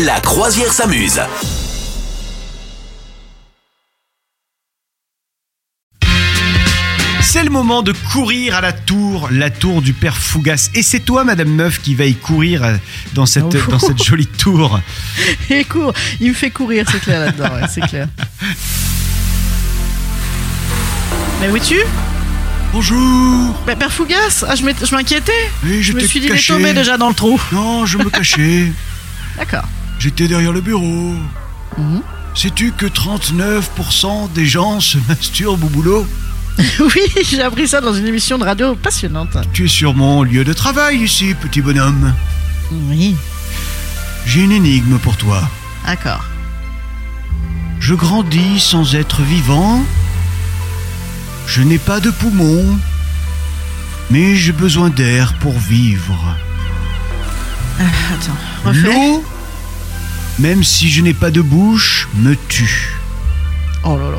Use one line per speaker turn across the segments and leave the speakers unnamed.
La croisière s'amuse.
C'est le moment de courir à la tour, la tour du père Fougas. Et c'est toi, Madame Meuf, qui va y courir euh, dans cette,
Oh.
dans cette jolie tour.
Il court, il me fait courir, c'est clair là-dedans, ouais, c'est clair. Mais où es-tu
Bonjour
Bah, Père Fougas Ah, je m'étais- je m'inquiétais
Oui,
Je me
j'étais
suis dit, il est
caché.
tombé déjà dans le trou.
Non, je me cachais.
D'accord.
J'étais derrière le bureau.
Mhm.
Sais-tu que 39% des gens se masturbent au boulot
Oui, j'ai appris ça dans une émission de radio passionnante.
Tu es sur mon lieu de travail ici, petit bonhomme.
Oui,
J'ai une énigme pour toi.
d'accord.
Je grandis sans être vivant. Je n'ai pas de poumons. Mais j'ai besoin d'air pour vivre.
Euh, Attends, refais.
L'eau, même si je n'ai pas de bouche, me tue.
Oh là là.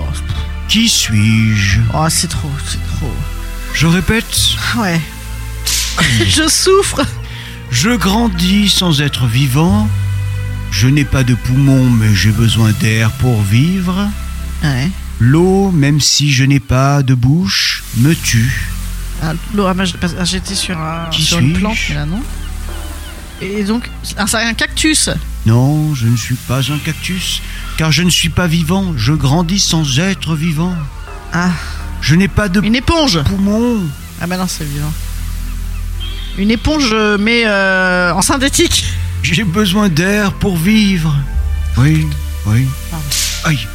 Qui suis-je
Oh, c'est trop, c'est trop.
Je répète,
Ah Ouais. je souffre.
je grandis sans être vivant. Je n'ai pas de poumons, mais j'ai besoin d'air pour vivre.
Ouais.
L'eau, même si je n'ai pas de bouche, me tue.
Ah, l'eau, ah, moi, j'ai- parce- ah, j'étais sur, un,
Qui
sur une
suis-je
plante, mais là non. Et donc, ah, c'est un cactus.
Non, je ne suis pas un cactus, car je ne suis pas vivant. Je grandis sans être vivant.
Ah.
Je n'ai pas de
Une éponge
poumons.
Ah bah non, c'est vivant. Une éponge, euh, mais euh, en synthétique.
J'ai besoin d'air pour vivre. Oui, oui.
Pardon.
Aïe.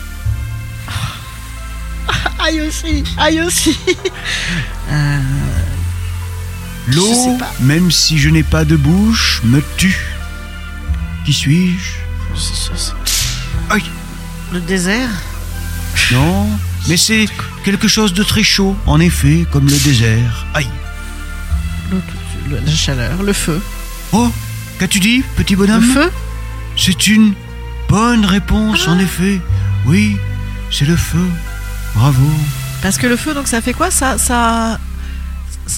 Aïe aussi, aïe aussi. Euh, Je
L'eau,
sais pas.
même si je n'ai pas de bouche, me tue. Qui suis-je
c'est- c'est- c'est-
Aïe.
Le désert
Non, mais c'est quelque chose de très chaud, en effet, comme le désert. Aïe.
l'eau tout- le- La chaleur, le feu.
Oh, qu'as-tu dit, petit
Le
bonhomme
feu
C'est une bonne réponse,
Ah.
en effet. Oui, c'est le feu. Bravo.
Parce que le feu, donc ça fait quoi Ça. ça...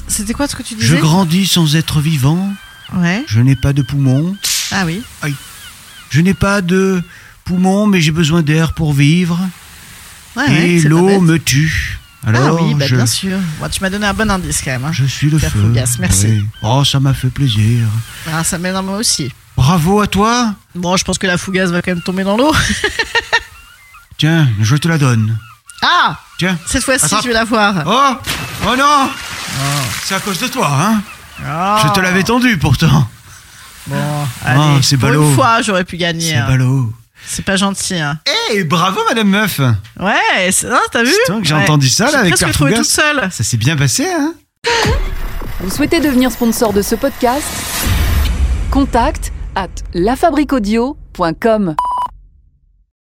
C'était quoi ce que tu
Je
disais
grandis sans être vivant.
Ouais.
Je n'ai pas de poumons.
Ah oui.
Je n'ai pas de poumons, mais j'ai besoin d'air pour vivre.
Ouais,
Et
Ah ouais, c'est pas
l'eau
bête.
me tue.
Ah
Alors,
oui, bah,
je,
bien sûr. Bon, tu m'as donné un bon indice quand même. hein.
Je suis le
Pierre
feu.
Fougas, merci.
Oui. Oh, ça m'a fait plaisir.
Ah, ça m'énerve moi aussi.
Bravo à toi.
Bon, je pense que la fougasse va quand même tomber dans l'eau.
Tiens, je te la donne.
Ah
Tiens.
Cette fois-ci,
Attrape.
je vais la voir.
Oh Oh non
Oh.
C'est à cause de toi, hein
Ah.
Je te l'avais tendu pourtant.
Bon,
Ah,
Oh, allez.
c'est
Pour
ballot.
une fois, j'aurais pu gagner.
C'est
hein.
ballot.
C'est pas gentil. Hein.
Eh, bravo Madame Meuf
Ouais, c'est- hein, t'as vu
Putain, que j'ai entendu ça, là, avec
J'ai
Pierre
presque trouvé
Fougas.
toute seule.
Ça s'est bien passé, hein
Vous souhaitez devenir sponsor de ce podcast Contact à lafabriquaudio.com.